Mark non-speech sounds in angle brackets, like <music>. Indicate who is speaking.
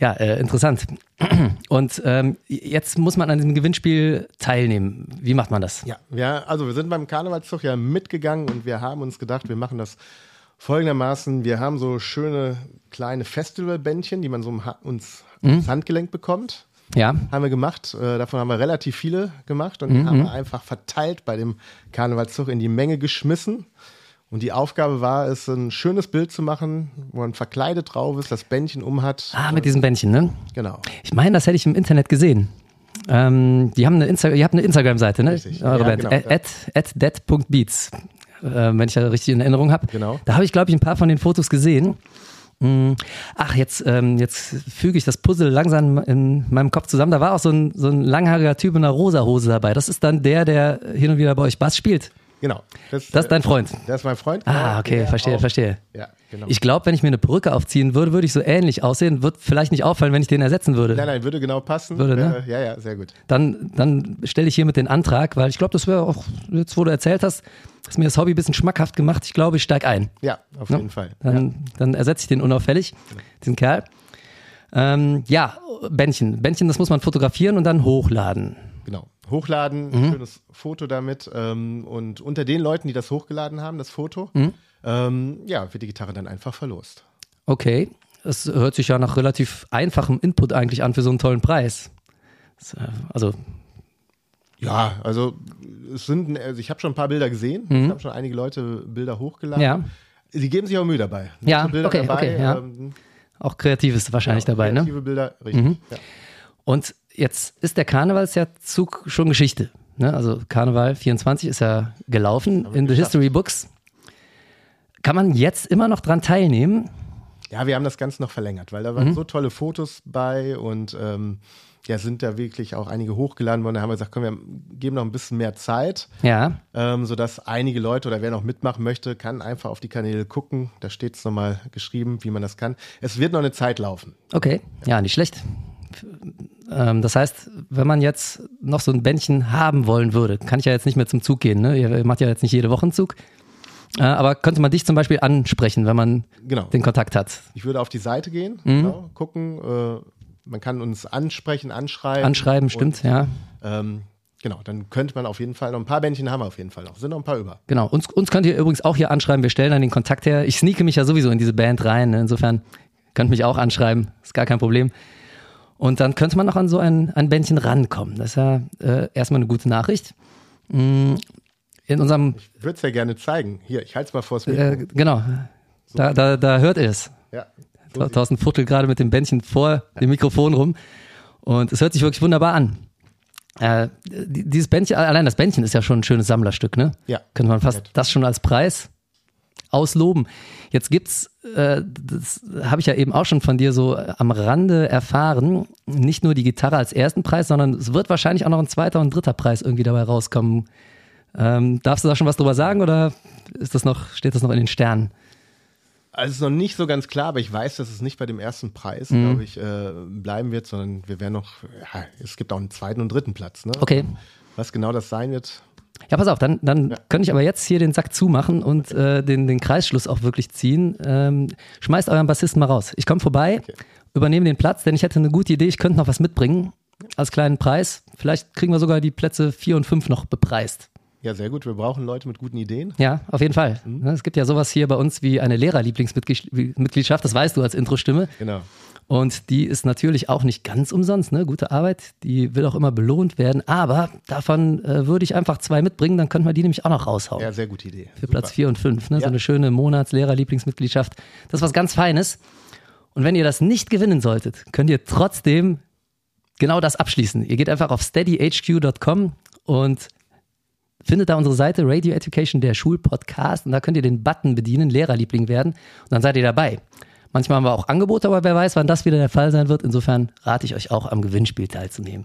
Speaker 1: Ja, äh, interessant. <clears throat> Und ähm, jetzt muss man an diesem Gewinnspiel teilnehmen. Wie macht man das?
Speaker 2: Ja, wir, also wir sind beim Karnevalszug ja mitgegangen und wir haben uns gedacht, wir machen das folgendermaßen. Wir haben so schöne kleine Festivalbändchen, die man so im ha uns
Speaker 1: Mhm.
Speaker 2: ins Handgelenk bekommt.
Speaker 1: Ja.
Speaker 2: Haben wir gemacht. Äh, davon haben wir relativ viele gemacht und die
Speaker 1: Mhm.
Speaker 2: haben wir einfach verteilt bei dem Karnevalszug in die Menge geschmissen. Und die Aufgabe war es, ein schönes Bild zu machen, wo man verkleidet drauf ist, das Bändchen umhat.
Speaker 1: Ah, mit diesem Bändchen, ne?
Speaker 2: Genau.
Speaker 1: Ich meine, das hätte ich im Internet gesehen. Ähm, die haben eine Insta ihr habt eine Instagram-Seite, ne?
Speaker 2: Richtig.
Speaker 1: Eure
Speaker 2: Ja,
Speaker 1: Band.
Speaker 2: genau, ja.
Speaker 1: At, at dead.beats, äh, wenn ich da richtig in Erinnerung habe.
Speaker 2: Genau.
Speaker 1: Da habe ich, glaube ich, ein paar von den Fotos gesehen. Mm, Ach, jetzt, ähm, jetzt füge ich das Puzzle langsam in meinem Kopf zusammen. Da war auch so ein, so ein langhaariger Typ in einer rosa Hose dabei. Das ist dann der, der hin und wieder bei euch Bass spielt.
Speaker 2: Genau.
Speaker 1: Das ist dein Freund.
Speaker 2: Das äh, ist mein Freund.
Speaker 1: Ah, okay,
Speaker 2: der
Speaker 1: verstehe,
Speaker 2: auch-
Speaker 1: verstehe.
Speaker 2: Ja, genau.
Speaker 1: Ich glaube, wenn ich mir eine Perücke aufziehen würde, würde ich so ähnlich aussehen. Wird vielleicht nicht auffallen, wenn ich den ersetzen würde.
Speaker 2: nein, nein, würde genau passen.
Speaker 1: Würde, ne?
Speaker 2: Äh, Ja, ja, sehr gut.
Speaker 1: Dann, dann stelle ich hiermit den Antrag, weil ich glaube, das wäre auch, jetzt wo du erzählt hast, hast mir das Hobby ein bisschen schmackhaft gemacht. Ich glaube, ich steige ein.
Speaker 2: Ja, auf jeden Fall.
Speaker 1: Dann, dann ersetze ich den unauffällig,
Speaker 2: Genau.
Speaker 1: diesen Kerl. Ähm, ja, Bändchen. Bändchen, das muss man fotografieren und dann hochladen.
Speaker 2: Genau. Hochladen,
Speaker 1: Mhm.
Speaker 2: ein schönes Foto damit. Ähm, und unter den Leuten, die das hochgeladen haben, das Foto,
Speaker 1: Mhm.
Speaker 2: ähm, ja, wird die Gitarre dann einfach verlost.
Speaker 1: Okay, es hört sich ja nach relativ einfachem Input eigentlich an für so einen tollen Preis. Das, äh, Also,
Speaker 2: Ja, also es sind, also ich habe schon ein paar Bilder gesehen. Ich habe schon einige Leute Bilder hochgeladen.
Speaker 1: Mhm. ja,
Speaker 2: Sie geben sich auch Mühe dabei. Sind
Speaker 1: Ja,
Speaker 2: schon Bilder
Speaker 1: okay, okay, ja.
Speaker 2: ähm,
Speaker 1: auch Kreatives wahrscheinlich dabei, ne?
Speaker 2: Kreative Bilder, richtig. Ja.
Speaker 1: Und jetzt ist der Karnevalszug schon Geschichte. Ne? Also Karneval 24 ist ja gelaufen in the
Speaker 2: geschafft.
Speaker 1: History Books. Kann man jetzt immer noch dran teilnehmen?
Speaker 2: ja, wir haben das Ganze noch verlängert, weil da
Speaker 1: Mhm.
Speaker 2: waren so tolle Fotos bei und ähm, ja, sind da wirklich auch einige hochgeladen worden. Da haben wir gesagt, komm, wir geben noch ein bisschen mehr Zeit.
Speaker 1: Ja.
Speaker 2: ähm, sodass einige Leute oder wer noch mitmachen möchte, kann einfach auf die Kanäle gucken. Da steht es nochmal geschrieben, wie man das kann. Es wird noch eine Zeit laufen.
Speaker 1: Okay, ja, nicht schlecht. Ähm, das heißt, wenn man jetzt noch so ein Bändchen haben wollen würde, kann ich ja jetzt nicht mehr zum Zug gehen. Ne? Ihr macht ja jetzt nicht jede Woche einen Zug. Äh, aber könnte man dich zum Beispiel ansprechen, wenn man
Speaker 2: Genau.
Speaker 1: den Kontakt hat?
Speaker 2: Ich würde auf die Seite gehen,
Speaker 1: Mhm.
Speaker 2: genau, gucken. Äh, man kann uns ansprechen, anschreiben.
Speaker 1: Anschreiben,
Speaker 2: Und,
Speaker 1: stimmt, ja.
Speaker 2: Ähm, genau, dann könnte man auf jeden Fall noch ein paar Bändchen haben wir auf jeden Fall noch. Sind noch ein paar über.
Speaker 1: Genau, uns, uns könnt ihr übrigens auch hier anschreiben, wir stellen dann den Kontakt her. Ich sneake mich ja sowieso in diese Band rein, ne? insofern könnt mich auch anschreiben, ist gar kein Problem. Und dann könnte man auch an so ein, ein Bändchen rankommen. Das ist ja äh, erstmal eine gute Nachricht. Mm, In unserem,
Speaker 2: Ich würde es ja gerne zeigen. Hier, ich halte es mal vors Mikro.
Speaker 1: äh, genau, da, da, da hört ihr es.
Speaker 2: ja. So sieht's.
Speaker 1: Thorsten Viertel gerade mit dem Bändchen vor dem Mikrofon rum. Und es hört sich wirklich wunderbar an. Äh, die- dieses Bändchen, allein das Bändchen ist ja schon ein schönes Sammlerstück, ne?
Speaker 2: Ja.
Speaker 1: Könnte man fast
Speaker 2: Nett.
Speaker 1: das schon als Preis ausloben. Jetzt gibt's, äh, das habe ich ja eben auch schon von dir so äh, am Rande erfahren, nicht nur die Gitarre als ersten Preis, sondern es wird wahrscheinlich auch noch ein zweiter und dritter Preis irgendwie dabei rauskommen. Ähm, darfst du da schon was drüber sagen oder ist das noch, steht das noch in den Sternen?
Speaker 2: Also es ist noch nicht so ganz klar, aber ich weiß, dass es nicht bei dem ersten Preis,
Speaker 1: Mhm.
Speaker 2: glaube ich, äh, bleiben wird, sondern wir werden noch, ja, es gibt auch einen zweiten und dritten Platz. Ne?
Speaker 1: Okay,
Speaker 2: Was genau das sein wird,
Speaker 1: Ja, pass auf, dann, dann könnte ich aber jetzt hier den Sack zumachen und äh, den, den Kreisschluss auch wirklich ziehen. Ähm, schmeißt euren Bassisten mal raus. Ich komme vorbei, übernehme den Platz, denn ich hätte eine gute Idee, ich könnte noch was mitbringen als kleinen Preis. Vielleicht kriegen wir sogar die Plätze 4 und 5 noch bepreist.
Speaker 2: ja sehr gut, wir brauchen Leute mit guten Ideen.
Speaker 1: Ja, auf jeden Fall. Ne, Es gibt ja sowas hier bei uns wie eine Lehrerlieblingsmitgliedschaft, das weißt du als Intro-Stimme.
Speaker 2: Genau.
Speaker 1: Und die ist natürlich auch nicht ganz umsonst, ne? Gute Arbeit, die will auch immer belohnt werden. Aber davon äh, würde ich einfach zwei mitbringen, dann könnten wir die nämlich auch noch raushauen.
Speaker 2: Ja, sehr gute Idee.
Speaker 1: für Platz 4 und 5. Ne? So
Speaker 2: Ja.
Speaker 1: eine schöne Monatslehrer-Lieblingsmitgliedschaft. Das ist was ganz Feines. Und wenn ihr das nicht gewinnen solltet, könnt ihr trotzdem genau das abschließen. Ihr geht einfach auf steadyhq.com und findet da unsere Seite Radio Education, der Schulpodcast. Und da könnt ihr den Button bedienen, Lehrerliebling werden. Und dann seid ihr dabei. Manchmal haben wir auch Angebote, aber wer weiß, wann das wieder der Fall sein wird. Insofern rate ich euch auch, am Gewinnspiel teilzunehmen.